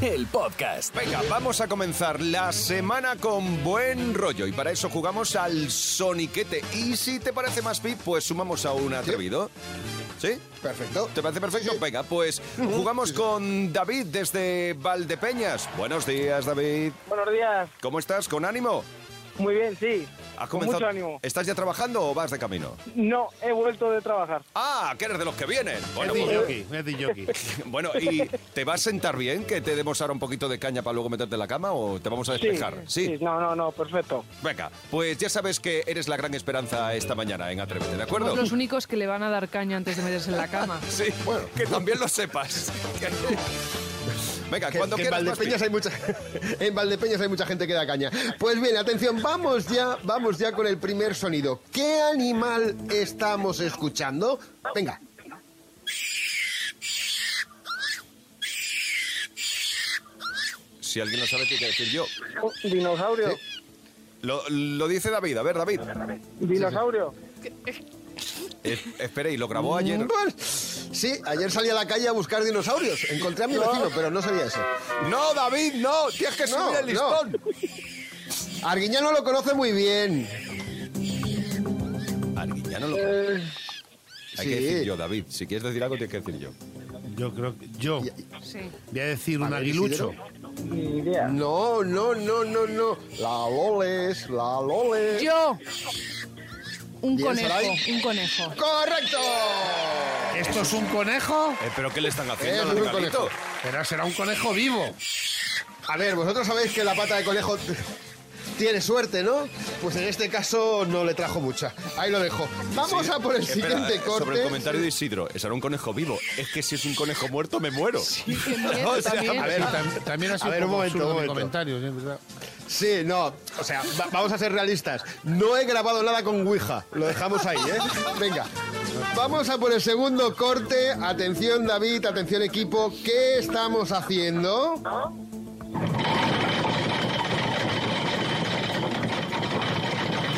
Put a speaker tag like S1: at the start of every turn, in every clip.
S1: el podcast.
S2: Venga, vamos a comenzar la semana con buen rollo y para eso jugamos al soniquete. Y si te parece más pi, pues sumamos a un atrevido. ¿Sí?
S3: Perfecto.
S2: ¿Te parece perfecto? Venga, pues jugamos con David desde Valdepeñas. Buenos días, David.
S4: Buenos días.
S2: ¿Cómo estás? ¿Con ánimo?
S4: Muy bien, sí.
S2: ¿Has
S4: Con
S2: comenzado-
S4: mucho ánimo.
S2: ¿Estás ya trabajando o vas de camino?
S4: No, he vuelto de trabajar.
S2: Ah, que eres de los que vienen. Bueno,
S5: Es de
S2: pues-
S5: jockey, es de jockey.
S2: bueno, ¿y te vas a sentar bien? ¿Que te demos ahora un poquito de caña para luego meterte en la cama o te vamos a despejar?
S4: No, no, no, perfecto.
S2: Venga, pues ya sabes que eres la gran esperanza esta mañana en Atrévete, ¿de acuerdo?
S6: Somos los únicos que le van a dar caña antes de meterse en la cama.
S2: Sí, bueno, que también lo sepas. Venga,
S3: Que-
S2: cuando
S3: que en
S2: quieras. más
S3: Valdepeñas hay mucha en Valdepeñas hay mucha gente que da caña. Pues bien, atención, vamos ya, vamos ya con el primer sonido. ¿Qué animal estamos escuchando? Venga.
S2: pi- Si alguien lo sabe, tiene que decir yo.
S4: Oh, dinosaurio.
S2: Lo, lo dice David, a ver, David.
S4: Dinosaurio.
S2: Es- espera, Eh, y lo grabó ayer.
S3: Bueno, Mm, pues, Sí, ayer salí a la calle a buscar dinosaurios. Encontré a mi vecino, pero no sabía eso.
S2: No, David, no, tienes que
S3: No,
S2: subir el
S3: no.
S2: listón.
S3: Arguiñano lo conoce muy bien.
S2: Alguien ya no lo.
S4: Eh,
S2: Hay que
S3: sí.
S2: decir yo, David. Si quieres decir algo, tienes que decir yo.
S5: Yo creo que. Yo
S6: Sí.
S5: voy a decir
S3: A
S5: un
S3: ver,
S5: aguilucho.
S4: ni idea.
S3: No, no, no, no, no. La Loles, la Loles.
S6: Yo. Un
S3: Bien,
S6: conejo,
S3: Sarai.
S6: un conejo.
S3: ¡Correcto!
S5: ¿Esto es un conejo?
S2: Eh, ¿Pero qué le están haciendo
S3: Es
S2: al
S3: un
S2: animalito?
S3: conejo.
S5: Pero será un conejo vivo.
S3: A ver, vosotros sabéis que la pata de conejo tiene suerte, ¿no? Pues en este caso no le trajo mucha. Ahí lo dejo. Vamos a por el
S2: Espera,
S3: siguiente
S2: eh,
S3: corte.
S2: Sobre el comentario de Isidro, ¿es era un conejo vivo? Es que si es un conejo muerto, me muero.
S6: qué miedo
S2: O sea,
S6: también.
S5: A
S2: a
S5: ver,
S2: ver,
S5: tam- también ha sido
S3: a ver, un
S5: un poco
S3: momento,
S5: absurdo
S3: un
S5: mi
S3: momento.
S5: comentario, ¿sí? ¿verdad?
S3: Sí, no. O sea, va- vamos a ser realistas. No he grabado nada con Ouija. Lo dejamos ahí, ¿eh? Venga. Vamos a por el segundo corte. Atención, David. Atención, equipo. ¿Qué estamos haciendo?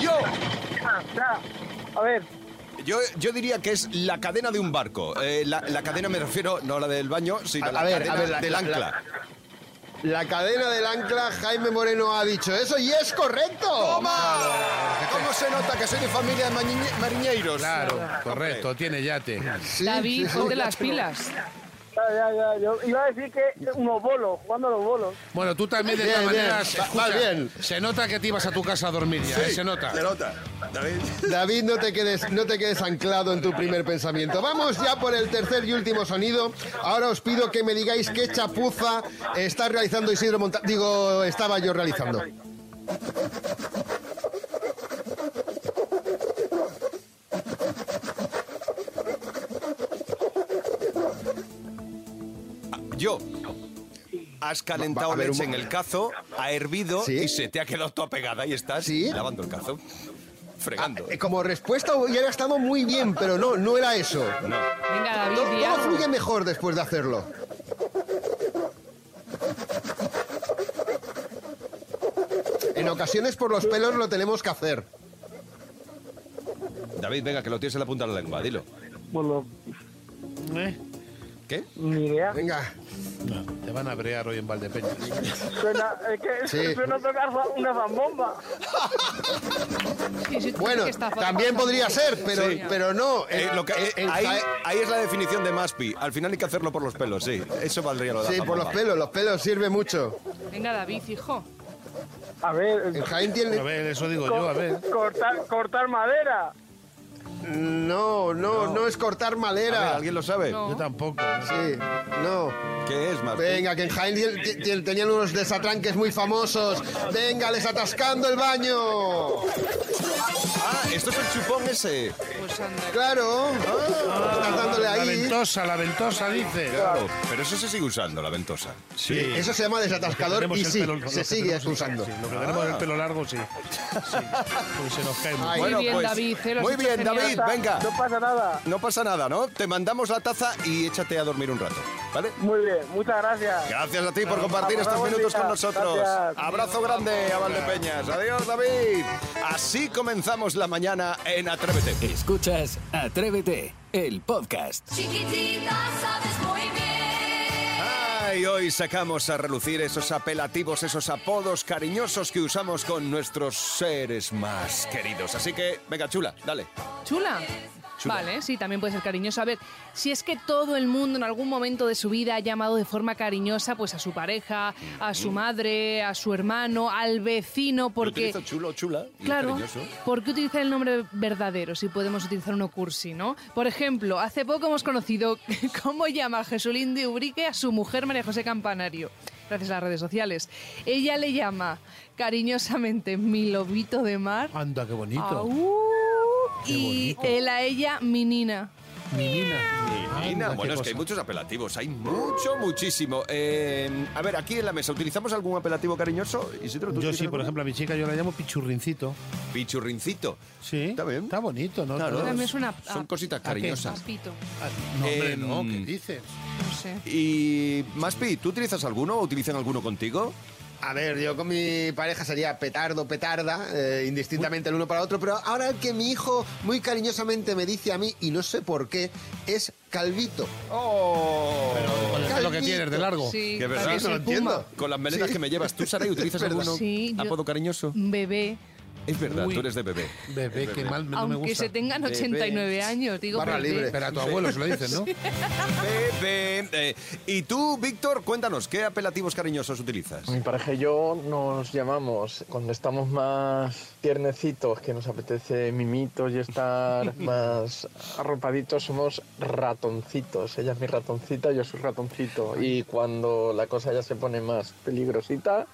S2: yo,
S4: A ver,
S2: yo, yo diría que es la cadena de un barco. Eh, la, la cadena me refiero, no a la del baño, sino a,
S3: A-
S2: la
S3: a ver,
S2: cadena
S3: a ver, la-
S2: del
S3: la-
S2: ancla.
S3: la- La cadena del ancla, Jaime Moreno ha dicho eso y es correcto.
S2: ¡Toma! ¿Cómo se nota que soy de familia de mañi- mariñeiros?
S5: Claro, correcto, tiene yate.
S3: Sí,
S6: David,
S3: sí, sí.
S6: ponte las pilas.
S4: ya, ya, ya, yo iba a decir que unos bolos, jugando a los bolos.
S5: Bueno, tú también de esta
S3: Bien,
S5: manera.
S3: bien.
S5: se-
S3: Va- va
S5: escucha,
S3: bien.
S5: Se nota que te ibas a tu casa a dormir ya, ¿eh? se nota.
S3: David, no te, quedes, no te quedes anclado en tu primer pensamiento. Vamos ya por el tercer y último sonido. Ahora os pido que me digáis qué chapuza está realizando Isidro Monta... Digo, estaba yo realizando.
S2: Yo. Has
S3: Va-
S2: calentado
S3: va a ver,
S2: leche
S3: un
S2: en
S3: mo-
S2: el cazo, ha hervido
S3: ¿Sí?
S2: y se te ha quedado toda pegada y estás
S3: ¿Sí?
S2: lavando el cazo. Fregando.
S3: Eh, Como respuesta hubiera estado muy bien, pero no, no era eso.
S6: Venga, David,
S3: Todo,
S6: di
S3: todo
S6: algo.
S3: fluye mejor después de hacerlo. En ocasiones por los pelos lo tenemos que hacer.
S2: David, venga, que lo tienes en la punta de la lengua, dilo.
S4: Bolo,
S5: ¿Eh?
S2: ¿Qué?
S4: ni idea.
S3: Venga.
S5: No, te van a brear hoy en Valdepeñas.
S4: Suena, es que
S3: Sí.
S4: suena a tocar za- una zambomba.
S6: Sí, sí,
S3: Bueno,
S6: que está fatal.
S3: también podría ser, pero,
S2: Sí.
S3: pero no.
S2: Eh, lo que- eh,
S3: En- en
S2: ahí,
S3: Jaén-
S2: ahí es la definición de Maspi. Al final hay que hacerlo por los pelos, sí. Eso valdría lo de
S3: Sí,
S2: la
S3: por los
S2: zambomba.
S3: pelos, los pelos sirve mucho.
S6: Venga, David, hijo.
S4: A ver,
S3: En Jaén
S5: A
S3: tiene.
S5: ver, eso digo
S4: co-
S5: yo, a ver.
S4: cortar, cortar madera.
S3: No, no, no es cortar
S2: A ver,
S3: madera.
S2: ¿Alguien lo sabe?
S6: No.
S5: Yo tampoco.
S3: Sí, no.
S2: ¿Qué es, Maspi?
S3: Venga, que en Jaén tien- tien- tien- tenían unos desatranques muy famosos. Venga, les atascando el baño.
S2: Ah, Esto es el chupón ese.
S6: Pues anda.
S3: Claro. Estás dándole
S5: La
S3: ahí.
S5: ventosa, la ventosa, dice.
S2: Claro. Pero eso se sigue usando, la ventosa.
S5: Sí.
S3: Eso se llama desatascador
S5: Tenemos
S3: y
S5: el
S3: sí,
S5: pelo-
S3: se
S5: los que
S3: sigue
S5: tenemos-
S3: usando.
S5: sí, lo que tenemos el pelo largo, sí. Sí. Pues se nos cae
S3: Ay.
S5: mucho.
S6: Muy bien, David, eh, lo
S2: pues,
S6: has
S2: muy
S6: hecho
S2: bien,
S6: genial.
S2: David,
S4: Ta-
S2: venga.
S4: No pasa nada.
S2: No pasa nada, ¿no? Te mandamos la taza y échate a dormir un rato, ¿vale?
S4: Muy bien, muchas gracias.
S2: Gracias a ti por compartir estos
S4: Buen
S2: minutos
S4: día.
S2: con nosotros.
S4: Gracias.
S2: Abrazo grande a Valdepeñas. Adiós, David. Así comenzamos la mañana en Atrévete.
S1: Escuchas Atrévete, el podcast.
S7: Chiquitita, sabes muy bien.
S2: Ay, hoy sacamos a relucir esos apelativos, esos apodos cariñosos que usamos con nuestros seres más queridos. Así que, venga, chula, dale.
S6: Chula. Vale, sí, también puede ser cariñoso. A ver, si es que todo el mundo en algún momento de su vida ha llamado de forma cariñosa pues a su pareja, a
S3: Mm.
S6: su madre, a su hermano, al vecino, porque...
S2: Utilizo chulo, chula. y
S6: Claro,
S2: cariñoso.
S6: ¿por qué utilizar el nombre verdadero si podemos utilizar uno cursi, no? Por ejemplo, hace poco hemos conocido cómo llama Jesulín de Ubrique a su mujer María José Campanario, gracias a las redes sociales. Ella le llama cariñosamente mi lobito de mar
S5: Anda, qué bonito.
S6: Aú,
S5: Qué
S6: y
S5: bonito.
S6: él a ella mi nina.
S5: Mi nina.
S2: Nina,
S5: Anda, qué
S2: bueno, es que hay
S5: cosa.
S2: muchos apelativos, hay mucho, muchísimo. Eh, a ver, aquí en la mesa, ¿utilizamos algún apelativo cariñoso? Isidro, ¿tú
S5: Yo
S2: tienes
S5: sí, por
S2: alguno?
S5: ejemplo, a mi chica yo la llamo pichurrincito.
S2: Pichurrincito.
S5: Sí.
S2: Está bien.
S5: Está bonito, ¿no?
S2: Claro.
S5: Todo-
S6: También suena a-
S2: Son cositas
S5: qué?
S2: cariñosas.
S6: Papito,
S5: Ah, No, hombre,
S2: Em,
S5: no, ¿qué dices?
S6: no sé.
S2: Y, Maspi, ¿tú utilizas alguno o utilizan alguno contigo?
S3: A ver, yo con mi pareja sería petardo, petarda, eh, indistintamente el uno para el otro, pero ahora el que mi hijo muy cariñosamente me dice a mí, y no sé por qué, es calvito.
S2: ¡Oh!
S5: Es lo que tienes de largo.
S6: Sí,
S2: que es verdad,
S6: parece
S2: no lo
S6: Puma.
S3: entiendo.
S2: Con las melenas que me llevas, ¿tú, Saray, utilizas
S3: Es verdad.
S2: alguno
S6: Sí, yo-
S2: apodo cariñoso?
S6: Bebé,
S2: Es verdad,
S5: Uy.
S2: tú eres de bebé.
S5: Bebé, qué mal, no me
S6: aunque
S5: gusta.
S6: se tengan 89 años, digo
S3: Barra
S6: bebé.
S3: libre.
S5: Pero a tu abuelo se lo dicen, ¿no?
S2: Bebé. eh, y tú, Víctor, cuéntanos, ¿qué apelativos cariñosos utilizas?
S8: Mi pareja y yo nos llamamos cuando estamos más tiernecitos, que nos apetece mimitos y estar más arropaditos, somos ratoncitos. Ella es mi ratoncita, yo soy ratoncito. Y cuando la cosa ya se pone más peligrosita,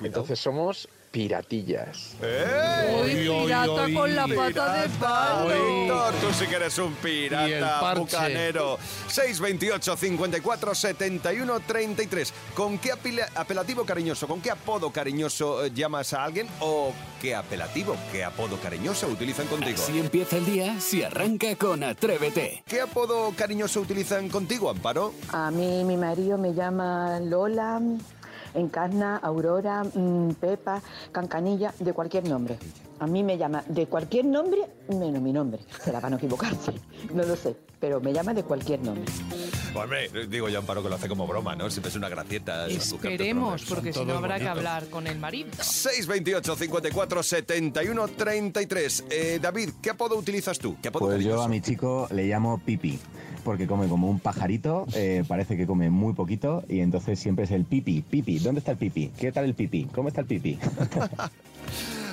S8: entonces somos piratillas.
S6: Uy,
S5: Uy, uy,
S6: pirata
S5: uy.
S6: con la pata de palo.
S2: Víctor, tú sí que eres un pirata,
S5: Y el parche.
S2: bucanero. 628 54 71 33. ¿Con qué apela- apelativo cariñoso, con qué apodo cariñoso eh, llamas a alguien o qué apelativo, qué apodo cariñoso utilizan contigo?
S1: Así empieza el día si arranca con Atrévete.
S2: ¿Qué apodo cariñoso utilizan contigo, Amparo?
S9: A mí mi marido me llama Lola, Encarna, Aurora, mm, Pepa, Cancanilla, de cualquier nombre. A mí me llama de cualquier nombre menos mi nombre. Será para no equivocarse, no lo sé, pero me llama de cualquier nombre.
S2: Hombre, digo yo, Amparo, que lo hace como broma, ¿no? Siempre es una gracieta.
S6: Esperemos, porque si no
S5: todos
S6: habrá que
S5: bonitos.
S6: hablar con el marido.
S2: 628 54 71 33. Eh, David, ¿qué apodo utilizas tú? ¿Qué apodo
S10: Pues yo
S2: cariñoso?
S10: a mi chico le llamo Pipi, porque come como un pajarito, eh, parece que come muy poquito y entonces siempre es el Pipi, Pipi, ¿dónde está el Pipi? ¿Qué tal el Pipi? ¿Cómo está el Pipi?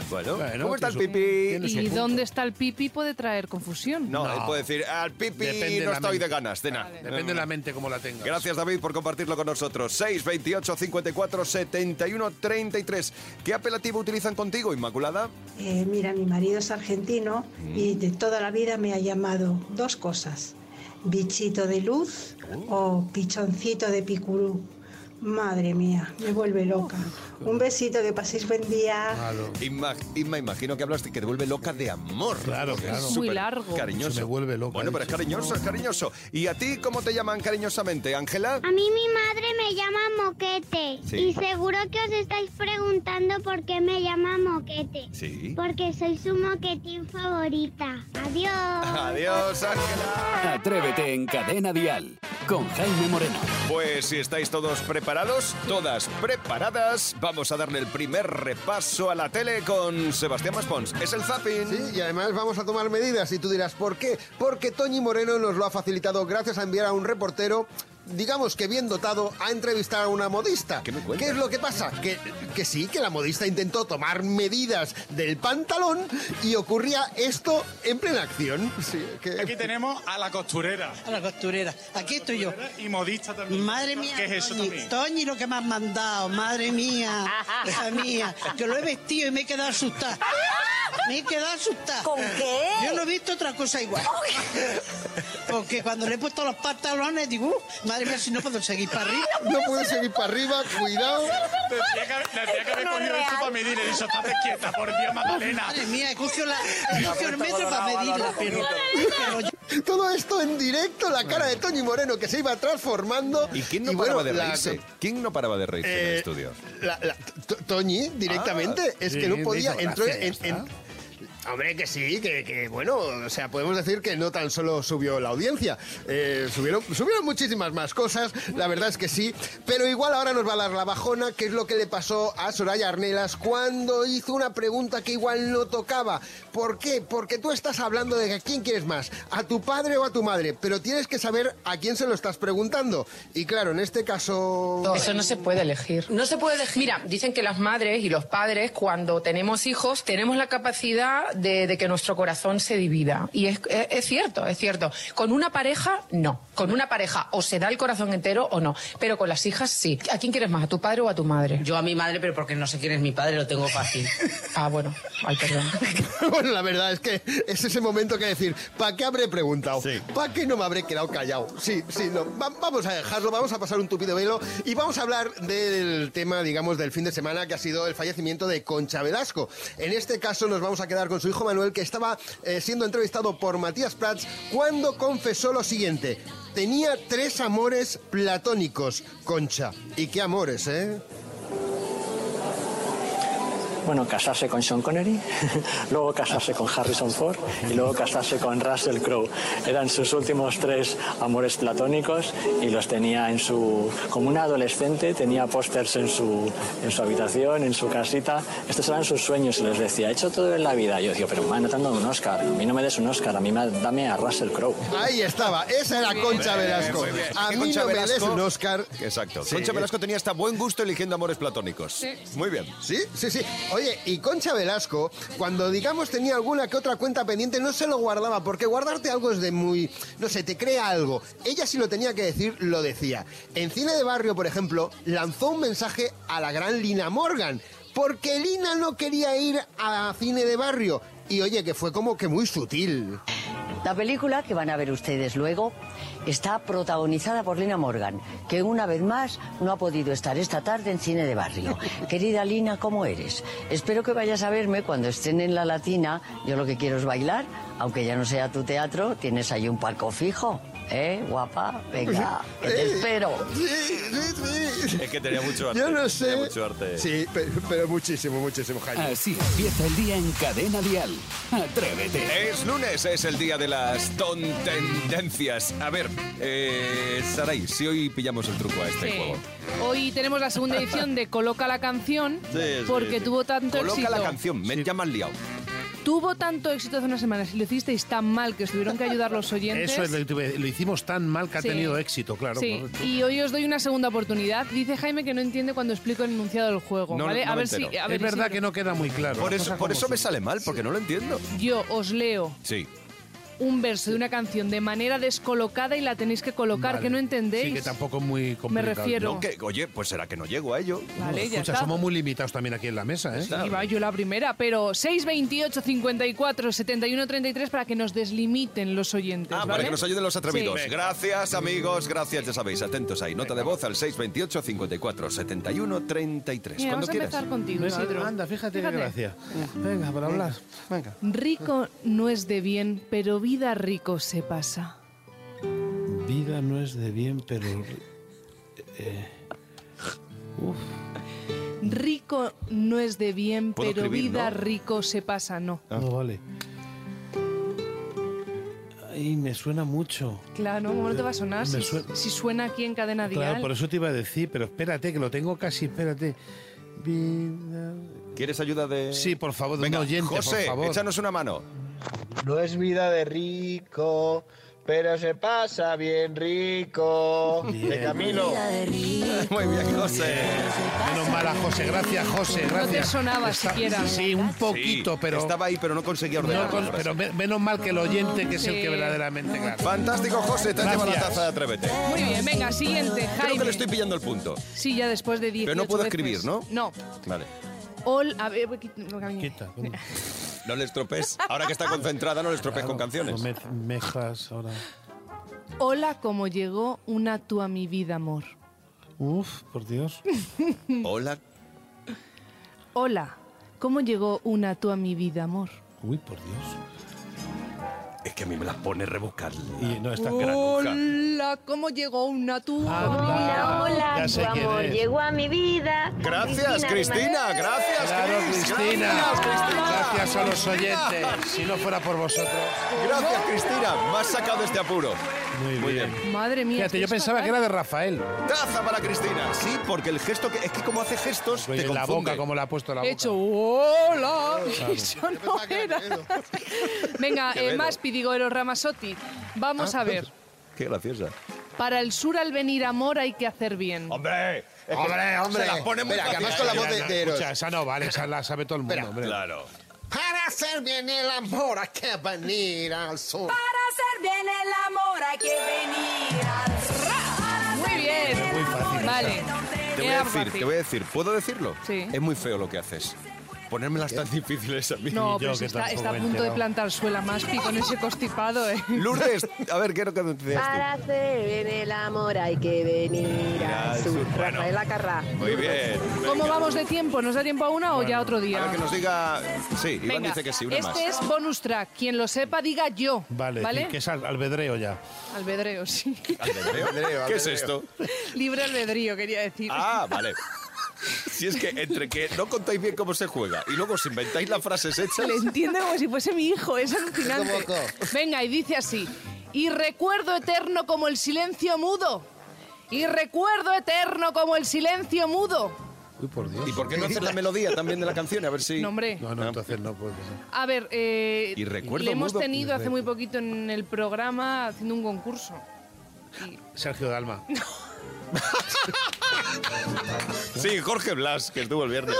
S2: Bueno,
S5: Bueno,
S2: ¿cómo está el
S5: tiene su-
S2: pipí?
S5: tiene su
S6: ¿Y
S5: punto.
S6: dónde está el pipi? Puede traer confusión.
S2: No,
S5: No.
S2: él puede decir, al pipi
S5: Depende
S2: no
S5: la
S2: estoy
S5: mente.
S2: de ganas, de nada.
S5: Depende de la mente como la tengas.
S2: Gracias David por compartirlo con nosotros. 628 54 71 33. ¿Qué apelativo utilizan contigo, Inmaculada?
S11: Eh, mira, mi marido es argentino y de toda la vida me ha llamado dos cosas, bichito de luz o pichoncito de picurú. Madre mía, me vuelve loca. Un besito, que paséis buen día.
S5: Claro.
S2: Inma, Inma, imagino que hablaste que te vuelve loca de amor.
S5: Claro, claro.
S2: Es
S5: Muy
S2: súper
S6: largo.
S2: Cariñoso.
S5: Se me vuelve loca,
S2: Bueno, pero es
S5: dice.
S2: cariñoso, es cariñoso. ¿Y a ti cómo te llaman cariñosamente, Ángela?
S7: A mí mi madre me llama Moquete.
S2: Sí.
S7: Y seguro que os estáis preguntando por qué me llama Moquete.
S2: Sí.
S7: Porque soy su moquetín favorita. Adiós.
S2: Adiós, Ángela.
S1: Atrévete en Cadena Dial con Jaime Moreno.
S2: Pues si estáis todos preparados, todas preparadas, vamos a darle el primer repaso a la tele con Sebastián Maspons. Es el zapping.
S3: Sí, y además vamos a tomar medidas y tú dirás, ¿por qué? Porque Toñi Moreno nos lo ha facilitado gracias a enviar a un reportero, digamos que bien dotado, a entrevistar a una modista.
S2: ¿Qué me cuentas?
S3: es lo que pasa? Que, que sí, que la modista intentó tomar medidas del pantalón y ocurría esto en plena acción. Sí, que-
S8: Aquí tenemos a la costurera.
S11: A la costurera, aquí estoy yo.
S8: Y modista también.
S11: Madre mía, Toñi, Toñi, lo que me has mandado, madre mía, hija mía, que lo he vestido y me he quedado asustada.
S12: Me he quedado asustada.
S13: ¿Con qué?
S12: Yo no he visto otra cosa igual. Porque cuando le he puesto los pantalones, digo, "Uh, madre mía, si no puedo seguir para arriba.
S3: No puedo seguir para arriba, cuidado.
S14: Tendría que, haber- tendría que haber cogido el chupa medir y dicho, estate quieta, por Dios, Magdalena.
S12: Madre mía, he cogido, la, he cogido el metro para
S14: Colorado,
S12: medirla,
S14: Manolo,
S12: pero...
S3: Todo esto en directo, la cara de Toñi Moreno que se iba transformando.
S2: ¿Y quién no
S3: Y bueno,
S2: paraba de
S3: la-
S2: reírse? ¿Quién no paraba de reírse en el
S3: Eh,
S2: estudio?
S3: la- la- To- Toñi, directamente,
S2: Ah,
S3: es
S2: sí,
S3: que no
S2: me
S3: podía,
S2: hizo
S3: entró
S2: gracia,
S3: en...
S2: ya
S3: en- Hombre, que sí, que, que, bueno, o sea, podemos decir que no tan solo subió la audiencia, eh, subieron, subieron muchísimas más cosas, la verdad es que sí, pero igual ahora nos va a dar la bajona, que es lo que le pasó a Soraya Arnelas cuando hizo una pregunta que igual no tocaba. ¿Por qué? Porque tú estás hablando de que a quién quieres más, a tu padre o a tu madre, pero tienes que saber a quién se lo estás preguntando. Y claro, en este caso...
S15: Eso no se puede elegir. No se puede elegir. Mira, dicen que las madres y los padres, cuando tenemos hijos, tenemos la capacidad de, de que nuestro corazón se divida. Y es, es- es cierto, es cierto. Con una pareja, no. Con una pareja o se da el corazón entero o no. Pero con las hijas, sí. ¿A quién quieres más? ¿A tu padre o a tu madre?
S13: Yo a mi madre, pero porque no sé quién es mi padre, lo tengo fácil.
S15: Ah, bueno. Ay, perdón.
S3: bueno, la verdad es que es ese momento que decir, ¿para qué habré preguntado? ¿Para qué no me habré quedado callado? Sí, sí, no. va- vamos a dejarlo, vamos a pasar un tupido velo y vamos a hablar del tema, digamos, del fin de semana que ha sido el fallecimiento de Concha Velasco. En este caso nos vamos a quedar con su hijo Manuel, que estaba eh, siendo entrevistado por Matías Prats cuando confesó lo siguiente. Tenía tres amores platónicos, Concha. ¿Y qué amores, eh?
S16: Bueno, casarse con Sean Connery, luego casarse con Harrison Ford y luego casarse con Russell Crowe. Eran sus últimos tres amores platónicos y los tenía en su... Como una adolescente tenía pósters en su, en su habitación, en su casita. Estos eran sus sueños y les decía, he hecho todo en la vida. Yo digo, pero me han dando un Oscar. A mí no me des un Oscar, a mí me- dame a Russell Crowe.
S3: Ahí estaba, esa era
S2: Muy
S3: Concha
S2: bien,
S3: Velasco.
S2: Eh, muy bien.
S3: A
S2: Que
S3: mí
S2: Concha
S3: no me des
S2: Velasco-
S3: un Oscar.
S2: Exacto.
S3: Sí.
S2: Concha Velasco tenía hasta buen gusto eligiendo amores platónicos.
S3: Sí.
S2: Muy bien.
S3: Sí, sí, sí. Oye, y Concha Velasco, cuando digamos tenía alguna que otra cuenta pendiente, no se lo guardaba, porque guardarte algo es de muy. No sé, te crea algo. Ella si lo tenía que decir, lo decía. En Cine de Barrio, por ejemplo, lanzó un mensaje a la gran Lina Morgan, porque Lina no quería ir a Cine de Barrio. Y oye, que fue como que muy sutil.
S17: La película que van a ver ustedes luego está protagonizada por Lina Morgan, que una vez más no ha podido estar esta tarde en cine de barrio. Querida Lina, ¿cómo eres? Espero que vayas a verme cuando estén en La Latina. Yo lo que quiero es bailar, aunque ya no sea tu teatro, tienes ahí un palco fijo. ¿Eh, guapa? Venga, que Ah, te espero.
S2: Es que tenía mucho arte.
S3: Yo no
S2: Tenía
S3: sé.
S2: mucho arte.
S3: Sí, pe- pero, muchísimo, muchísimo, Jaime.
S6: Ah,
S1: Así empieza el día en Cadena Dial. Atrévete.
S2: Es lunes, es el día de las tontendencias. A ver, eh, Saray, si hoy pillamos el truco a este
S6: Sí.
S2: juego.
S6: Hoy tenemos la segunda edición de Coloca la canción porque tuvo tanto
S2: Coloca
S6: éxito.
S2: la canción, me llaman liado.
S6: Tuvo tanto éxito hace unas semanas y lo hicisteis tan mal que os tuvieron que ayudar los oyentes.
S5: Eso es lo que te iba a decir. lo hicimos tan mal que ha
S6: Sí.
S5: tenido éxito, claro.
S6: Sí,
S5: correcto.
S6: y hoy os doy una segunda oportunidad. Dice Jaime que no entiende cuando explico el enunciado del juego,
S5: No,
S6: ¿vale?
S5: no
S6: a
S5: me
S6: ver si
S5: entero.
S6: a ver,
S5: es verdad
S6: Isidro.
S5: que no queda muy claro.
S2: Por
S5: las
S2: eso,
S5: cosas
S2: por
S5: como
S2: eso me
S5: son.
S2: sale mal, porque no lo entiendo.
S6: yo os leo
S2: Sí.
S6: un verso de una canción de manera descolocada y la tenéis que colocar
S2: Vale.
S6: que no entendéis.
S5: Sí, que tampoco es muy complicado.
S6: refiero.
S2: No, que- oye, pues será que no llego a ello.
S6: Vale, ya
S5: Escucha,
S6: está.
S5: somos muy limitados también aquí en la mesa, ¿eh?
S6: Iba yo la primera, pero 628 54 71 33 para que nos deslimiten los oyentes.
S2: Ah, para
S6: ¿vale?
S2: que nos ayuden los atrevidos.
S6: Sí.
S2: Gracias, amigos, gracias, ya sabéis. Atentos ahí. Nota de voz al 628 54 71 33.
S6: Mira,
S2: Cuando
S6: vamos a
S2: quieras.
S6: empezar contigo,
S5: Venga,
S6: Isidro.
S5: anda, fíjate,
S6: Fíjate.
S5: qué gracia. Venga, para hablar. Venga.
S6: Rico no es de bien, pero vida rico se pasa.
S5: Vida no es de bien, pero... eh, uf.
S6: Rico no es de bien,
S5: Puedo
S6: pero
S5: escribir,
S6: vida
S5: ¿no?
S6: rico se pasa, no.
S5: No, vale. Ay, me suena mucho.
S6: Claro, ¿cómo no te va a sonar
S5: Me
S6: si,
S5: suena-
S6: si suena aquí en Cadena Dial?
S5: Claro, por eso te iba a decir, pero espérate, que lo tengo casi, espérate. Vida...
S2: ¿Quieres ayuda de...?
S5: Sí, por favor, de
S2: Venga,
S5: un oyente,
S2: José,
S5: por favor.
S2: échanos una mano.
S18: No es vida de rico, pero se pasa bien rico. De Camilo.
S2: Muy bien, José.
S5: Menos mala, José. Gracias, José. Gracias. Está- Sí, un poquito,
S2: Sí,
S5: pero...
S2: Estaba ahí, pero no conseguía
S5: No
S2: ordenar.
S5: con- pero me- menos mal que el oyente, que es el
S6: Sí.
S5: que verdaderamente gana.
S2: Fantástico, José, te has llevado la
S5: Gracias.
S2: taza de Atrévete.
S6: Muy bien, venga, siguiente,
S2: Creo que
S6: Jaime.
S2: le estoy pillando el punto.
S6: Sí, ya después de 10
S2: Pero no puedo escribir, ¿no?
S6: No.
S2: Vale.
S6: Ol- a ver, qui- no, Jaime.
S2: Quita, No le estropees. Ahora que está concentrada, no le estropees con canciones.
S5: mejas ahora.
S6: Hola, como llegó una tú a mi vida, amor.
S5: Uf, por Dios.
S2: Hola.
S6: Hola, ¿cómo llegó una tú a mi vida, amor?
S5: Uy, por Dios.
S2: Es que a mí me las pone rebuscar.
S5: Y no está
S6: Hola, ¿cómo llegó una tú?
S5: Ah. Hola, hola, Ya sé tu quién amor es.
S6: llegó a mi vida.
S2: Gracias, Cristina. Gracias,
S5: Claro,
S2: Cris,
S5: Cristina.
S2: Gracias, Cristina.
S5: Gracias a los oyentes. Si no fuera por vosotros.
S2: Gracias, Cristina. Me has sacado este apuro.
S5: Muy, bien.
S6: Madre mía.
S5: Fíjate, yo pensaba que era de Rafael.
S2: Taza para Cristina. Sí, porque el gesto que es que como hace gestos te
S5: en la
S2: confunde.
S5: boca, como la ha puesto la
S6: He
S5: boca.
S6: hecho hola.
S5: Claro.
S6: Eso no era. Venga,
S2: Qué
S6: eh,
S2: velo.
S6: más Pidigoro Ramasotti. Vamos
S5: Ah.
S6: a ver.
S2: Qué graciosa.
S6: Para el sur al venir amor hay que hacer bien.
S2: ¡Hombre!
S5: Hombre, hombre.
S2: Se las pone muy
S5: Espera,
S2: fácil.
S5: que además con la voz de-
S2: Ya,
S5: de Eros.
S2: escucha,
S5: esa no vale, esa la sabe todo el mundo. hombre.
S2: Claro.
S19: Para hacer bien el amor hay que venir al sur.
S20: Para hacer bien el amor hay que venir al
S6: Muy bien.
S2: Muy fácil.
S6: Vale.
S2: Te voy, a
S6: Era
S2: decir,
S6: fácil.
S2: te voy a decir, ¿puedo decirlo?
S6: Sí.
S2: Es muy feo lo que haces. Ponérmelas tan difíciles a mí.
S6: No, pero si está, está a punto de plantar suela más pi con ese constipado, ¿eh?
S2: Lourdes, a ver, ¿qué es lo que decías tú?
S6: Ah.
S20: hacer bien el amor hay que venir
S2: al Al sur. sur, bueno. Rafael
S20: Acarra.
S2: Muy bien.
S6: ¿Cómo
S2: Venga.
S6: vamos de tiempo? ¿Nos da tiempo a una o ya otro
S2: A
S6: día?
S2: ver, que nos diga... Sí, Iván
S6: Venga,
S2: dice que sí, una
S6: este
S2: más.
S6: es bonus track. Quien lo sepa, diga yo.
S5: Vale, y que es al- albedreo ya.
S6: Albedreo, sí.
S5: Albedreo,
S2: ¿Qué es
S5: albedreo.
S2: esto?
S6: Libre albedrío, quería decir.
S2: Ah, vale. Si es que entre que no contáis bien cómo se juega y luego os inventáis las frases hechas...
S6: Le entiendo como si fuese mi hijo, es alucinante.
S2: Qué loco.
S6: Venga, y dice así. Y recuerdo eterno como el silencio mudo. Y recuerdo eterno como el silencio mudo.
S5: Uy, por Dios.
S2: ¿Y por qué no haces la melodía también de la canción? A ver si...
S6: No, hombre.
S5: No, no, entonces no puede ser.
S6: A ver, eh,
S2: Ah. Y recuerdo
S6: le hemos
S2: mudo.
S6: tenido hace muy poquito en el programa haciendo un concurso.
S5: Sergio Dalma.
S2: Sí, Jorge Blas, que estuvo el viernes.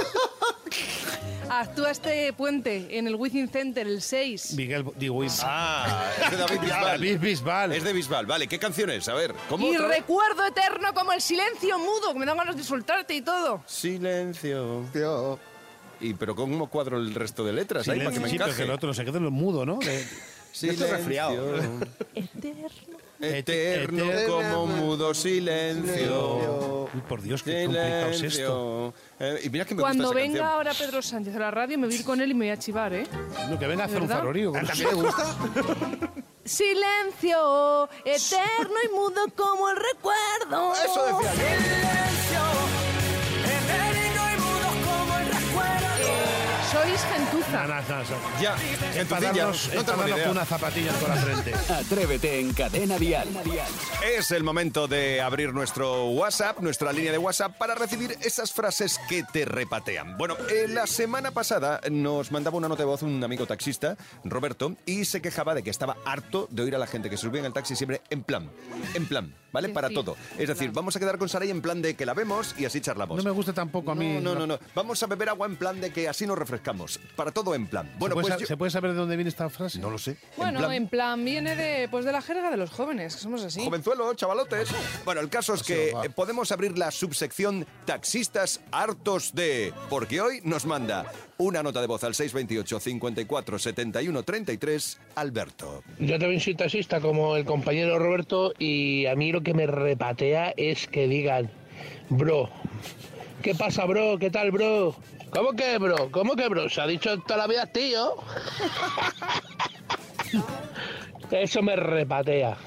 S6: Actúa este puente en el Within Center, el 6.
S5: Miguel Dewey.
S2: Ah, es de David Bisbal.
S5: David Bisbal.
S2: Es de Bisbal, vale. ¿Qué canciones? A ver, ¿cómo?
S6: Y
S2: otra vez?
S6: recuerdo eterno como el silencio mudo, que me dan ganas de soltarte y todo.
S2: Silencio. Y pero cómo cuadro el resto de letras ahí para que
S5: Silencio,
S2: me
S5: sí, pero que
S2: encaje.
S5: el otro se queda en lo mudo, ¿no? De-
S2: Silencio. Eterno,
S5: Eterno.
S2: como mudo silencio.
S5: Uy, por Dios, qué complicado es esto.
S2: Silencio. Eh, y mira que me
S6: Cuando
S2: gusta esa
S6: venga
S2: canción.
S6: ahora Pedro Sánchez a la radio, me voy a ir con él y me voy a chivar, ¿eh?
S5: No, que venga a hacer un
S6: ¿Verdad?
S5: farorío.
S6: Ah,
S5: ¿También le gusta?
S6: Silencio, eterno y mudo como el recuerdo. Eso decía Sois gentuza.
S2: Ya,
S5: Para
S2: gentucilla,
S5: darnos,
S2: no
S5: es para
S2: tengo ni
S5: darnos
S2: idea.
S5: una zapatilla por la frente.
S1: Atrévete en Cadena Dial.
S2: Es el momento de abrir nuestro WhatsApp, nuestra línea de WhatsApp, para recibir esas frases que te repatean. Bueno, eh, la semana pasada nos mandaba una nota de voz un amigo taxista, Roberto, y se quejaba de que estaba harto de oír a la gente que se subía en el taxi siempre en plan, en plan, ¿vale? Para
S5: sí,
S2: todo. Es decir, vamos a quedar con Saray en plan de que la vemos y así charlamos.
S5: No me gusta tampoco a mí.
S2: No, no, no, no. Vamos a beber agua en plan de que así nos refrescamos. Para todo en plan. Bueno,
S5: ¿Se, puede
S2: pues
S5: sa-
S2: yo-
S5: ¿Se puede saber de dónde viene esta frase?
S2: No lo sé.
S6: Bueno,
S2: en plan...
S6: en plan, viene de, pues, de la jerga de los jóvenes, que somos así.
S2: Jovenzuelos, chavalotes. Bueno, el caso es que eh, podemos abrir la subsección Taxistas hartos de, porque hoy nos manda una nota de voz al 628 54 71 33 Alberto.
S21: Yo también soy taxista como el compañero Roberto y a mí lo que me repatea es que digan, bro, ¿qué pasa bro? ¿Qué tal bro? ¿Cómo que bro? ¿Cómo que bro? Se ha dicho toda la vida tío. Eso me repatea.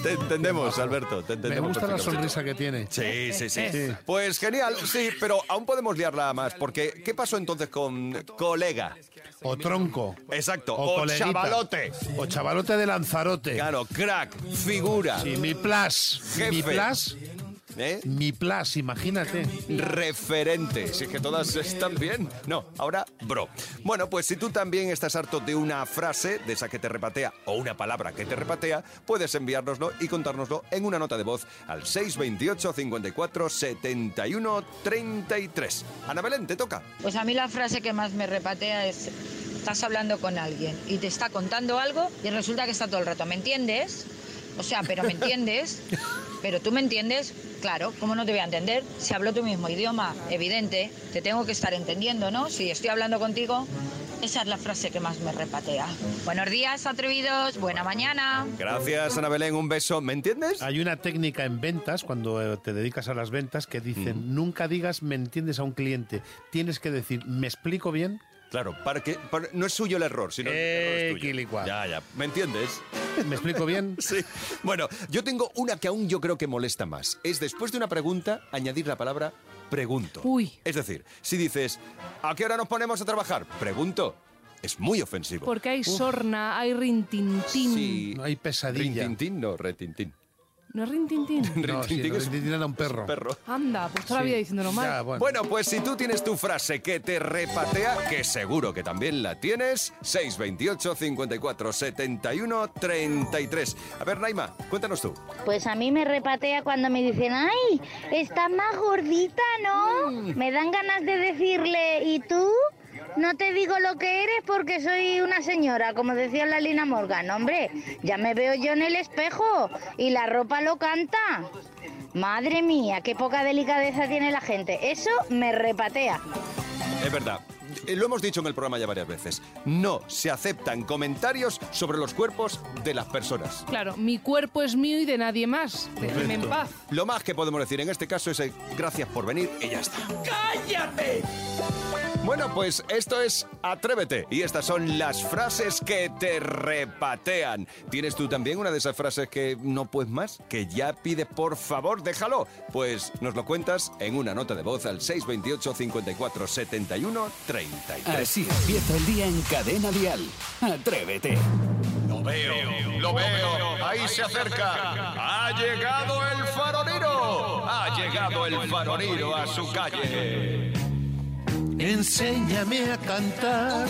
S2: Te entendemos, Alberto, te
S5: Me
S2: entendemos.
S5: gusta la
S2: perfectamente.
S5: sonrisa que tiene.
S2: Sí, sí, sí,
S5: Sí.
S2: Pues genial, sí, pero aún podemos liarla más, porque ¿qué pasó entonces con colega?
S5: O tronco.
S2: Exacto,
S5: O
S2: o,
S5: coleguita.
S2: chavalote.
S5: O chavalote de Lanzarote.
S2: Claro, crack, figura.
S5: Sí, mi plus.
S2: Jefe.
S5: Mi plus.
S2: ¿Eh?
S5: Mi plus, imagínate.
S2: referente. Si es que todas están bien. No, ahora bro. Bueno, pues si tú también estás harto de una frase, de esa que te repatea, o una palabra que te repatea, puedes enviárnoslo y contárnoslo en una nota de voz al 628 54 71 33. Ana Belén, te toca.
S22: Pues a mí la frase que más me repatea es, estás hablando con alguien y te está contando algo y resulta que está todo el rato, ¿me entiendes? O sea, pero ¿me entiendes? Pero tú me entiendes, claro, ¿cómo no te voy a entender? Si hablo tu mismo idioma, evidente, te tengo que estar entendiendo, ¿no? Si estoy hablando contigo, Esa es la frase que más me repatea. Buenos días, atrevidos. Buena mañana.
S2: Gracias, Ana Belén. Un beso. ¿Me entiendes?
S5: Hay una técnica en ventas, cuando eh, te dedicas a las ventas, que dicen, nunca digas me entiendes a un cliente. Tienes que decir, ¿me explico bien?
S2: Claro, para que para- no es suyo el error, sino el error es tuyo. Ya, ya. ¿Me entiendes?
S5: ¿Me explico bien?
S2: sí. Bueno, yo tengo una que aún yo creo que molesta más. Es después de una pregunta añadir la palabra pregunto.
S6: Uy.
S2: Es decir, si dices, ¿a qué hora nos ponemos a trabajar? Pregunto. Es muy ofensivo.
S6: Porque hay
S2: Uf,
S6: sorna, hay rintintín.
S2: sí.
S5: No hay pesadilla.
S2: Rintintín, no, retintín.
S6: ¿No es rintintín?
S5: No, sí,
S2: Rintintín es-
S5: Rintintín era un perro.
S2: Perro.
S6: Anda, pues toda la
S2: Sí.
S6: vida diciéndolo mal.
S2: bueno. pues si tú tienes tu frase que te repatea, que seguro que también la tienes, 628 54 71 33. A ver, Naima, cuéntanos tú.
S7: Pues a mí me repatea cuando me dicen, ay, estás más gordita, ¿no?
S5: Mm.
S7: Me dan ganas de decirle, ¿y tú? No te digo lo que eres porque soy una señora, como decía la Lina Morgan. Hombre, ya me veo yo en el espejo y la ropa lo canta. Madre mía, qué poca delicadeza tiene la gente. Eso me repatea.
S2: Es verdad. eh, Lo hemos dicho en el programa ya varias veces. No se aceptan comentarios sobre los cuerpos de las personas.
S6: Claro, mi cuerpo es mío y de nadie más. Déjeme en paz.
S2: Lo más que podemos decir en este caso es eh, gracias por venir y ya está.
S20: ¡Cállate!
S2: Bueno, pues esto es Atrévete y estas son las frases que te repatean. ¿Tienes tú también una de esas frases que no puedes más? ¿Que ya pides por favor déjalo? Pues nos lo cuentas en una nota de voz al 628 54 71 33.
S1: Así empieza el día en Cadena Dial. Atrévete.
S2: Lo veo, lo veo, ahí se acerca. Ha llegado el faronero, ha llegado el faronero a su calle.
S5: Enséñame a cantar.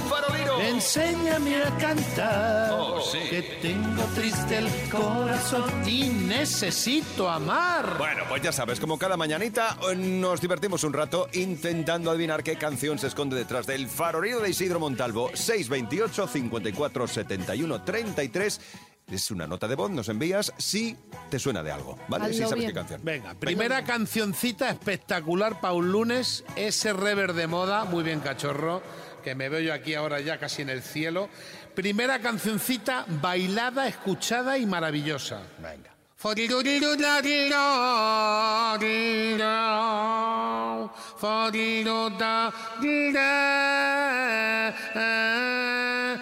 S5: Enséñame a cantar.
S1: Oh,
S5: Que tengo triste el corazón y necesito amar.
S2: Bueno, pues ya sabes, como cada mañanita eh, nos divertimos un rato intentando adivinar qué canción se esconde detrás del farolillo de Isidro Montalvo. 628 54 71 33 es una nota de voz, nos envías si te suena de algo, ¿vale? Si
S5: Hazlo
S2: sabes
S5: bien.
S2: qué canción.
S5: Venga, Primera cancioncita espectacular para un lunes, ese rever de moda, muy bien cachorro, que me veo yo aquí ahora ya casi en el cielo. Primera cancioncita bailada, escuchada y maravillosa. Venga.
S2: Es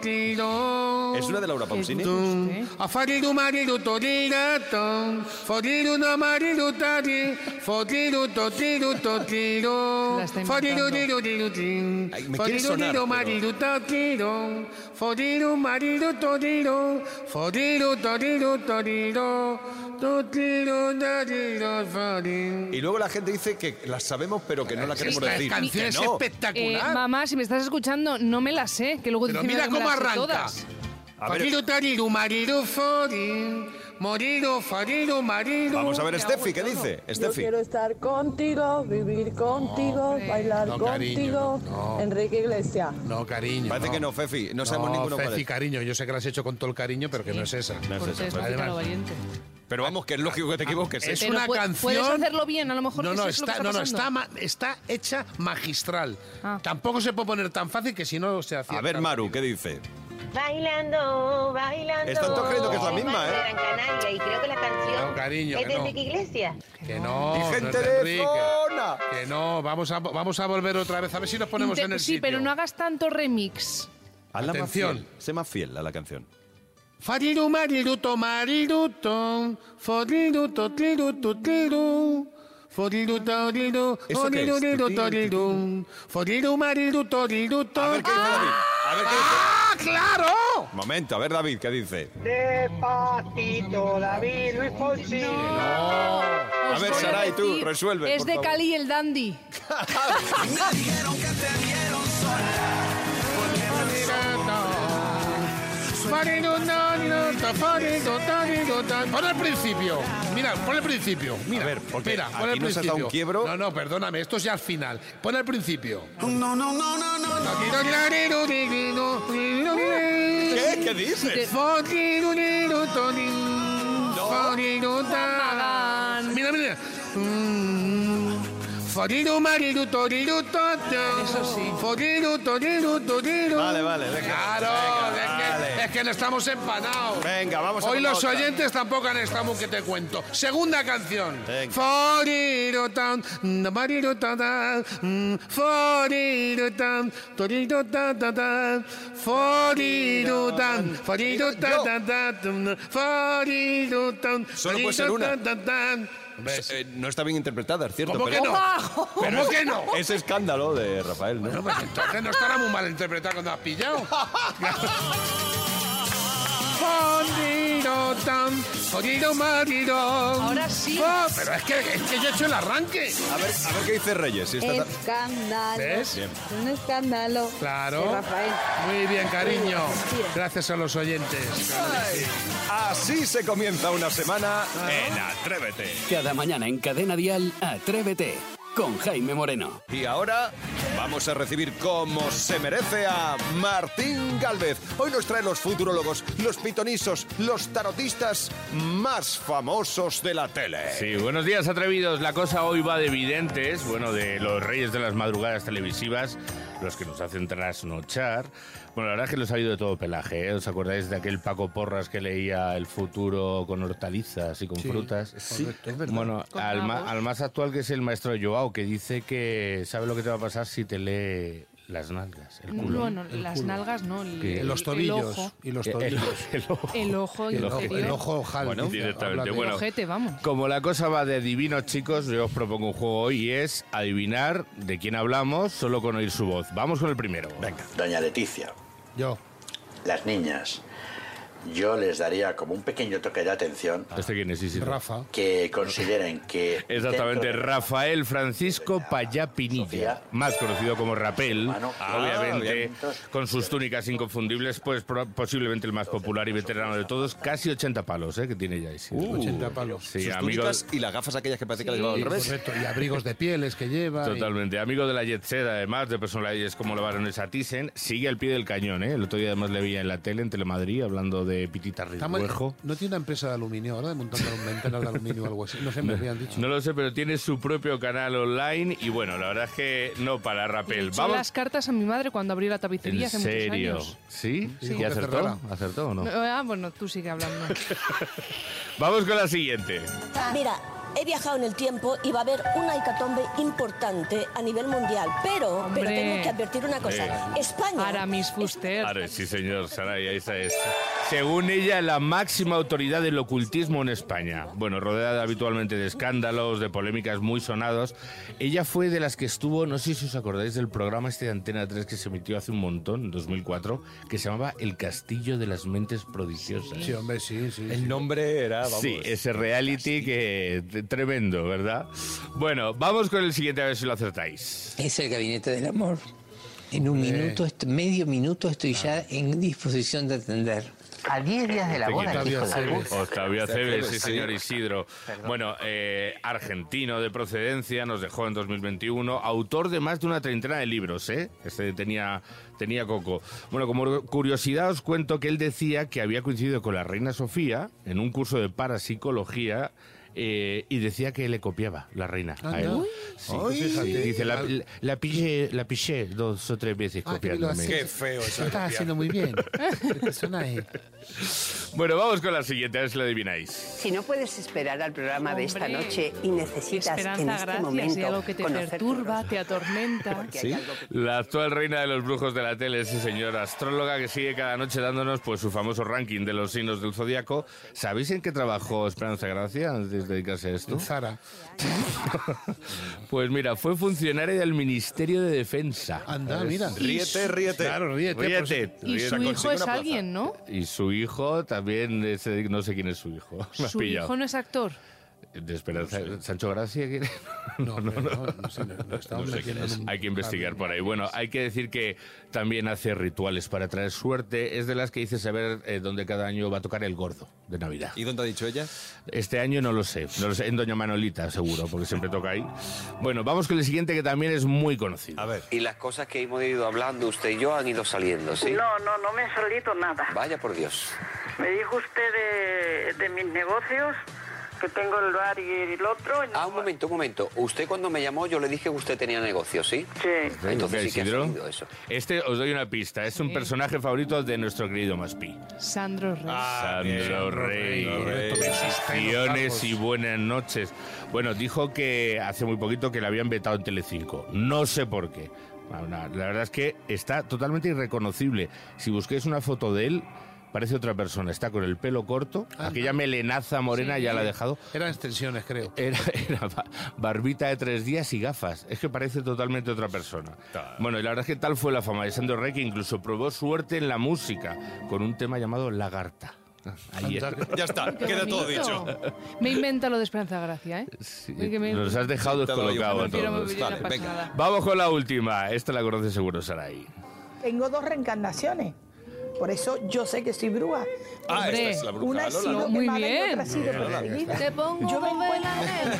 S5: Es
S2: una de Laura Pausini.
S5: Afariru mariru torirato, foriru no mariru tari, foriru totiru totiro, foriru riru riru tin,
S2: Ay, me quiere
S5: foriru
S2: sonar,
S5: riru mariru totiro, foriru mariru toriro, foriru toriru toriro, totiro nariro forin.
S2: Y luego la gente dice que la sabemos pero que no la queremos decir. Que no.
S6: Eh, mamá, si me estás escuchando, no me la sé. Que luego
S5: Pero
S6: dice mi
S5: mira
S6: madre que
S5: cómo
S6: me las sé
S5: arranca.
S6: todas.
S2: A ver.
S5: Fariru tariru mariru forin, moriru fariru mariru.
S2: Vamos a ver, Steffi, ¿qué dice?
S5: Este
S2: Steffi.
S4: estar contigo, vivir contigo, bailar
S5: No, cariño, no, no.
S4: Enrique Iglesias.
S5: No, cariño.
S2: Parece que no, Fefi. No sabemos ninguno cuál
S5: Fefi,
S2: es.
S5: cariño, yo sé que lo has hecho con todo el cariño, pero que no es esa.
S2: No es Cortés, esa, Fefi.
S6: Claro, valiente.
S2: Pero vamos, que es lógico que te equivoques. ¿eh?
S5: Ah, es
S6: Pero
S5: una
S6: pu- Puedes
S5: canción-
S6: hacerlo bien, a lo mejor.
S5: No,
S6: eso
S5: no,
S6: es lo que
S5: está, no, no,
S6: pasando. Ah.
S5: está, ma- está hecha magistral. Tampoco se puede poner tan fácil que si no se hace.
S2: A ver, Maru, ¿qué dice?
S4: Bailando, bailando.
S2: Están todos creyendo que es la misma, ¿eh?
S4: Gran Canaria, y creo que la canción
S5: No, cariño,
S4: es
S5: que
S4: de
S5: no.
S4: Enrique Iglesias.
S5: Que no,
S2: Y
S5: no
S2: gente
S5: es
S2: de
S5: Enrique.
S2: zona.
S5: Que no, vamos a, vamos a volver otra vez, a ver si nos ponemos
S6: Inte-
S5: en el
S6: Sí,
S5: sitio.
S6: pero no hagas tanto remix.
S2: Hazla más
S5: Atención.
S2: fiel. Sé más fiel a la canción.
S5: Fariru mariruto mariruto, foriru totiru totiru, foriru toriru,
S2: ¿Eso qué es?
S5: oriru riru toriru, foriru mariru toriru
S2: A ver qué dice David. A ver qué dice.
S5: ¡Ah, claro!
S2: Momento, a ver, David, ¿qué dice?
S18: Despacito, David Luis Fonsi.
S2: A ver, Saray, tú, resuelve.
S6: es
S2: por
S6: de
S2: favor.
S6: Cali y el Dandy.
S5: Fariru nariruto, foriru toriru tor- Pon el principio. Mira, pon el principio. Mira, mira, pon el
S2: aquí nos has dado
S5: principio.
S2: un quiebro.
S5: No, no, perdóname, esto es ya al final. Pon el principio.
S20: No, no, no, no, no.
S5: ¿Qué?
S2: ¿Qué dices?
S5: Mira, mira. Foriru, mariru, toriru, toto. Eso sí. Foriru, toriru, toriru.
S2: Vale, vale, venga.
S5: Claro,
S2: Venga,
S5: es,
S2: vale.
S5: Que, es que no estamos empanados.
S2: Venga, vamos a
S5: Hoy
S2: por
S5: los
S2: otra.
S5: oyentes tampoco han estado que te cuento. Segunda canción. Foriru, tan, mm, mariru, ta, ta, mm, foriru, tan, toriru, ta, ta, ta, foriru, tan, foriru, ta, ta, ta, tum, foriru, tan,
S2: Solo puede ser
S5: foriru,
S2: una.
S5: ta, ta, tan.
S2: Eh, no está bien interpretada, es cierto.
S5: ¿Cómo
S2: pero-
S5: que no?
S6: ¡Ah,
S2: Pero
S5: ¿Cómo
S2: es-
S5: que no?
S2: Es escándalo de Rafael, ¿no?
S5: Bueno, pues entonces no estará muy mal interpretado cuando has pillado. Jodido tan, jodido marido. Ahora
S6: sí.
S5: pero es que, es que yo he hecho el arranque.
S2: A ver, a ver qué dice Reyes. si
S7: Eh,
S2: está tan-
S9: Escándalo.
S5: ¿Ves? Bien.
S9: Un escándalo.
S5: Claro.
S9: Sí, Rafael.
S5: Muy bien, cariño.
S9: Mira.
S5: Gracias a los oyentes.
S2: Así se comienza una semana en Atrévete.
S1: Cada mañana en Cadena Dial, Atrévete con Jaime Moreno.
S2: Y ahora vamos a recibir como se merece a Martín Galvez. Hoy nos trae los futurólogos, los pitonisos, los tarotistas más famosos de la tele.
S10: Sí, buenos días atrevidos. La cosa hoy va de videntes, bueno, de los reyes de las madrugadas televisivas, los que nos hacen trasnochar. Bueno, la verdad es que los ha ido de todo pelaje. ¿eh? ¿Os acordáis de aquel Paco Porras que leía El futuro con hortalizas y con
S21: Sí,
S10: frutas?
S21: es correcto, es verdad.
S10: Bueno, ah,
S21: Con
S10: al, ma-
S21: nabos.
S10: al más actual que es el maestro Joao, que dice que sabe lo que te va a pasar si te lee las nalgas, el culo.
S6: Bueno, las nalgas no. el-
S10: Que-
S6: el- el ojo.
S5: y los
S10: El- el-
S5: tobillos.
S10: el ojo.
S6: El ojo
S10: El ojo,
S6: inferior.
S10: el ojo, ojalá. Bueno, directamente,
S6: El
S10: bueno.
S6: ojete, vamos.
S10: Como la cosa va de divinos, chicos, yo os propongo un juego hoy y es adivinar de quién hablamos solo con oír su voz. Vamos con el primero. Venga.
S23: Doña Leticia,
S5: Yo.
S23: las niñas, yo les daría como un pequeño toque de atención
S10: ¿Este quién es? Sí, sí.
S5: Rafa.
S23: que consideren que
S10: Exactamente,
S23: dentro de
S10: Rafael Francisco Payapinilla, más conocido como Rapel,
S23: Ah,
S10: obviamente,
S23: bien.
S10: con sus túnicas inconfundibles, pues pro- posiblemente el más popular y veterano de todos, casi 80 palos, ¿eh? que tiene ya Isidro.
S5: Uh, 80 palos.
S10: Sí,
S2: Sus
S10: amigo-
S2: túnicas y las gafas aquellas que parece que las llevaba
S10: Sí,
S2: al revés.
S5: Correcto, y abrigos de pieles que lleva. y-
S10: Totalmente. Amigo de la Jet Set, además, de personalidades como la baronesa Thyssen, sigue al pie del cañón, ¿eh? El otro día, además, le veía en la tele, en Telemadrid, hablando de Pitita
S5: Estamos-
S10: Rijuejo.
S5: no tiene una empresa de aluminio, ¿verdad? De montando ventanas de aluminio o algo así. No sé, me habían dicho.
S10: No lo sé, pero tiene su propio canal online y, bueno, la verdad es que no para Rapel.
S6: Son
S10: Vamos...
S6: las cartas a mi madre cuando abrió la tapicería
S10: ¿En
S6: hace
S10: serio?
S6: muchos años.
S10: ¿Sí?
S6: Sí.
S10: ¿Y
S6: Dijo que
S10: acertó?
S6: cerrara.
S10: ¿Acertó o no?
S6: Ah, bueno, tú sigue hablando.
S10: Vamos con la siguiente.
S24: Ah, Mira, he viajado en el tiempo y va a haber una hecatombe importante a nivel mundial. Pero, pero
S6: Hombre.
S24: tengo que advertir una cosa.
S10: Sí.
S24: España.
S6: Aramis Fuster.
S10: Ahora sí, señor, Saray, esa es. Según ella, la máxima autoridad del ocultismo en España. Bueno, rodeada habitualmente de escándalos, de polémicas muy sonados, ella fue de las que estuvo, no sé si os acordáis del programa este de Antena 3 que se emitió hace un montón, en 2004, que se llamaba El Castillo de las Mentes Prodigiosas.
S5: Sí, hombre, sí, sí.
S10: El
S2: nombre era,
S10: Sí, ese reality que t- tremendo, ¿verdad? Bueno, vamos con el siguiente a ver si lo acertáis.
S25: Es el gabinete del amor. En un minuto, est- medio minuto estoy ya en disposición de atender. A 10 días de
S2: Este
S10: Octavio Aceves, sí,
S25: Aceves, sí.
S10: señor Isidro. Bueno, eh, argentino de procedencia, nos dejó en 2021, autor de más de una treintena de libros, ¿eh? Este tenía, tenía coco. Bueno, como curiosidad os cuento que él decía que había coincidido con la reina Sofía en un curso de parapsicología. eh, y decía que le copiaba la reina a él.
S5: Anda. Uy.
S10: Sí,
S5: Uy.
S10: sí,
S5: Fíjate.
S10: dice, la, la pillé, la pillé dos o tres veces
S5: Ah, que lo
S10: copiándome.
S5: haces. Lo estás haciendo muy bien. El personaje.
S10: Bueno, vamos con la siguiente, a ver si lo adivináis.
S26: Si no puedes esperar al programa de esta
S6: Hombre.
S26: noche y necesitas en
S6: Esperanza,
S26: este
S6: gracias. Y
S26: momento
S6: algo que te
S26: conocer tu
S6: perturba, te atormenta.
S10: La actual reina de los brujos de la tele, esa señora astróloga que sigue cada noche dándonos pues su famoso ranking de los signos del zodiaco. ¿Sabéis en qué trabajó Esperanza Gracia antes de dedicarse a esto?
S5: En Zara.
S10: Pues mira, fue funcionaria del Ministerio de Defensa.
S6: Ah,
S5: Anda, mira.
S2: Ríete, ríete.
S5: Claro, ríete, pues.
S10: Ríete.
S6: pues, Y
S10: ríete.
S6: su hijo es alguien, ¿no?
S10: Y su hijo también, es- no sé quién es su hijo. Me has
S6: Su
S10: pillado.
S6: hijo no es actor.
S10: De Esperanza. ¿Sancho Gracia? ¿quién? No, no, no.
S5: estamos
S10: No sé
S5: metiendo
S10: quién
S5: en
S10: es.
S5: un
S10: Pues Hay que investigar por ahí. Bueno, hay que decir que también hace rituales para traer suerte. Es de las que dice saber eh, dónde cada año va a tocar el gordo de Navidad.
S2: ¿Y dónde ha dicho ella?
S10: Este año no lo sé. No lo sé. En Doña Manolita, seguro, porque siempre toca ahí. Bueno, vamos con el siguiente que también es muy conocido. A ver.
S27: Y las cosas que hemos ido hablando usted y yo han ido saliendo, ¿sí?
S28: No, no, no me he salido nada.
S27: Vaya por Dios.
S28: Me dijo usted de, de mis negocios
S8: que tengo el bar y el otro.
S27: Ah, un momento, un momento. Usted cuando me llamó yo le dije que usted tenía negocio, ¿sí?
S8: Sí.
S27: Entonces sí que ha
S10: Isidro?
S27: salido eso.
S10: Este os doy una pista. Es un
S6: Sí.
S10: personaje favorito de nuestro querido Maspi.
S6: Sandro Rey.
S10: Ah, Sandro Rey. Bendiciones y buenas noches. Bueno, dijo que hace muy poquito que le habían vetado en Telecinco. No sé por qué. Bueno, nada, La verdad es que está totalmente irreconocible. Si busquéis una foto de él, parece otra persona. Está con el pelo corto, aquella melenaza morena
S5: Sí.
S10: ya la ha dejado.
S5: Eran extensiones, creo.
S10: Era, era ba- barbita de tres días y gafas. Es que parece totalmente otra persona. Bueno, y la verdad es que tal fue la fama de Sandro Rey que incluso probó suerte en la música con un tema llamado Lagarta. Ahí es.
S2: Ya está,
S6: Qué
S2: queda todo
S6: bonito.
S2: dicho.
S6: Me inventa lo de Esperanza Gracia, ¿eh? Porque me-
S10: Nos has dejado
S2: Te doy un
S10: descolocado a
S2: momento.
S10: todos.
S2: Vale, venga.
S10: Vamos con la última. Esta la conoce seguro, Saray.
S9: Tengo dos reencarnaciones. Por eso yo sé que soy bruja.
S10: Ah, esta
S2: este.
S10: es la bruja
S9: Una he
S10: Lola.
S9: sido
S10: Muy
S9: quemada y
S10: bien.
S9: otra ha sido
S10: Lola,
S9: protegida.
S6: Te pongo
S9: Yo me
S6: vela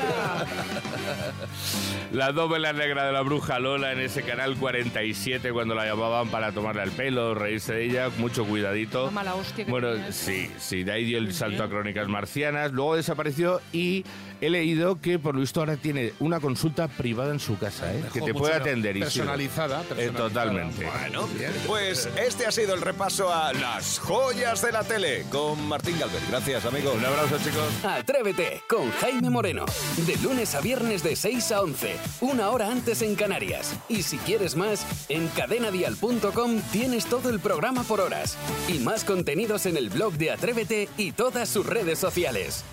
S10: La novela negra de la bruja Lola en ese canal 47 cuando la llamaban para tomarle el pelo, reírse de ella, mucho cuidadito.
S6: Mamá, la hostia que
S10: bueno,
S6: tenía.
S10: sí, sí, de ahí dio el salto a Crónicas Marcianas, luego desapareció y he leído que por lo visto ahora tiene una consulta privada en su casa, ¿eh? que te
S5: mucho
S10: puede
S5: no.
S10: atender. Isidro.
S5: Personalizada,
S10: Eh,
S5: personalizada.
S10: totalmente.
S2: Bueno, pues este ha sido el repaso a las joyas de la tele con Martín Galvez. Gracias, amigo.
S10: Un abrazo, chicos.
S1: Atrévete con Jaime Moreno. De lunes a viernes de 6 a 11. Una hora antes en Canarias. Y si quieres más, en cadenadial.com tienes todo el programa por horas. Y más contenidos en el blog de Atrévete y todas sus redes sociales.